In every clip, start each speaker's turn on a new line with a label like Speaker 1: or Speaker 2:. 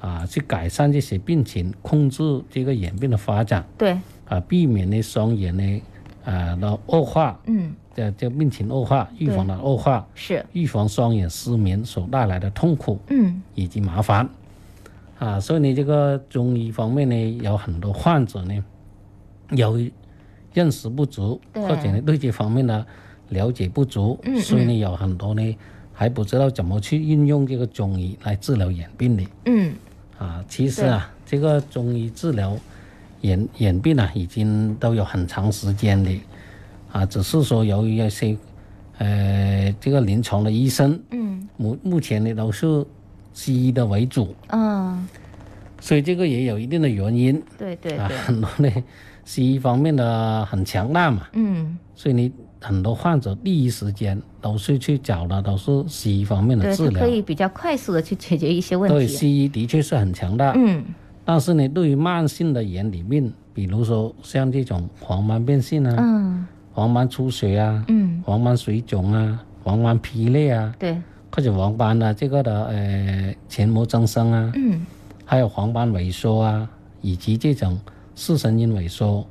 Speaker 1: 啊去改善这些病情，控制这个眼病的发展。
Speaker 2: 对，
Speaker 1: 啊，避免呢双眼呢啊的恶化，
Speaker 2: 嗯
Speaker 1: 这这病情恶化，预防的恶化，
Speaker 2: 是，
Speaker 1: 预防双眼失明所带来的痛苦
Speaker 2: 嗯
Speaker 1: 以及麻烦。啊，所以呢，这个中医方面呢，有很多患者呢，由于认识不足，
Speaker 2: 对
Speaker 1: 或者呢对这方面的了解不足，
Speaker 2: 嗯嗯
Speaker 1: 所以呢，有很多呢还不知道怎么去运用这个中医来治疗眼病的。
Speaker 2: 嗯
Speaker 1: 啊，其实啊，这个中医治疗眼眼病啊，已经都有很长时间的啊，只是说由于一些呃这个临床的医生，
Speaker 2: 嗯
Speaker 1: 目目前呢都是西医的为主，
Speaker 2: 啊，
Speaker 1: 所以这个也有一定的原因
Speaker 2: 对对
Speaker 1: 啊，
Speaker 2: 对，
Speaker 1: 很多呢西医方面的很强大嘛，
Speaker 2: 嗯
Speaker 1: 所以你很多患者第一时间都是去找的都是西医方面的
Speaker 2: 对，
Speaker 1: 治
Speaker 2: 它
Speaker 1: 疗
Speaker 2: 可，以比较快速的去解决一些问
Speaker 1: 对
Speaker 2: 题，
Speaker 1: 西医的确是很强大，
Speaker 2: 嗯
Speaker 1: 但是呢，对于慢性的眼里病，比如说像这种黄斑变性啊、
Speaker 2: 嗯
Speaker 1: 黄斑出血啊，
Speaker 2: 嗯，
Speaker 1: 黄斑水肿啊，黄斑疲累啊，
Speaker 2: 对，
Speaker 1: 或者黄斑啊这个的呃前膜增生啊，
Speaker 2: 嗯
Speaker 1: 还有黄斑萎缩啊，以及这种视神经萎缩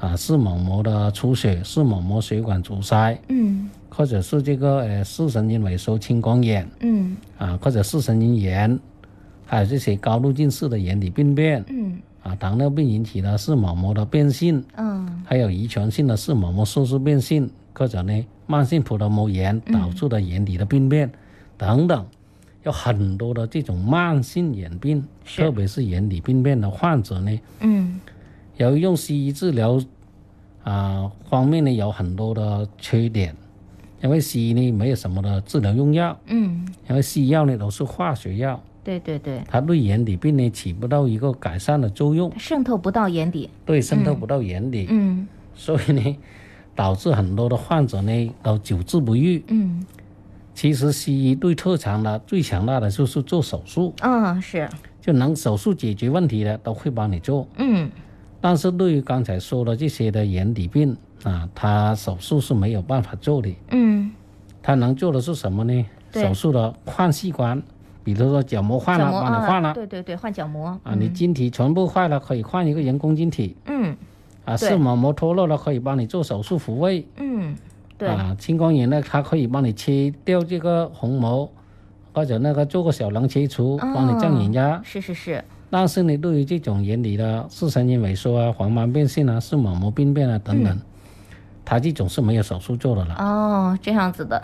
Speaker 1: 啊、视网膜的出血、视网膜血管阻塞，
Speaker 2: 嗯
Speaker 1: 或者是这个呃视神经萎缩青光眼
Speaker 2: 嗯
Speaker 1: 啊，或者视神经炎，还有这些高度近视的眼底病变
Speaker 2: 嗯
Speaker 1: 啊，糖尿病引起的视网膜的变性，
Speaker 2: 嗯
Speaker 1: 还有遗传性的视网膜收缩变性，或者呢慢性葡萄膜炎导致的眼底的病变、等等，有很多的这种慢性眼病，
Speaker 2: 是
Speaker 1: 特别是眼底病变的患者呢，
Speaker 2: 嗯
Speaker 1: 由于用西医治疗啊、方面呢有很多的缺点，因为西医呢没有什么的治疗用药，
Speaker 2: 嗯，
Speaker 1: 因为西药呢都是化学药，
Speaker 2: 对对对，
Speaker 1: 它对眼底病呢起不到一个改善的作用，
Speaker 2: 渗透不到眼底，
Speaker 1: 对渗透不到眼底。
Speaker 2: 嗯
Speaker 1: 所以呢，导致很多的患者呢都久治不愈。
Speaker 2: 嗯
Speaker 1: 其实西医最特长的、最强大的就是做手术，
Speaker 2: 嗯是，
Speaker 1: 就能手术解决问题的都会帮你做。
Speaker 2: 嗯
Speaker 1: 但是对于刚才说的这些的眼底病啊，他手术是没有办法做的。
Speaker 2: 嗯
Speaker 1: 他能做的是什么呢？
Speaker 2: 对
Speaker 1: 手术的换器官，比如说角膜换
Speaker 2: 角
Speaker 1: 了，
Speaker 2: 膜
Speaker 1: 帮你
Speaker 2: 啊
Speaker 1: 换了
Speaker 2: 对对对，换角膜，
Speaker 1: 啊，你晶体全部坏了，可以换一个人工晶体
Speaker 2: 嗯
Speaker 1: 啊，
Speaker 2: 对
Speaker 1: 视网膜脱落了，可以帮你做手术复位。
Speaker 2: 嗯对，
Speaker 1: 啊，青光眼呢，它可以帮你切掉这个虹膜，或者那个做个小囊切除，帮你降眼压。
Speaker 2: 是是是，
Speaker 1: 但是你对于这种眼底的视神经萎缩啊、黄斑变性啊、视网膜病变啊等等，它这种是没有手术做的了。
Speaker 2: 哦这样子的，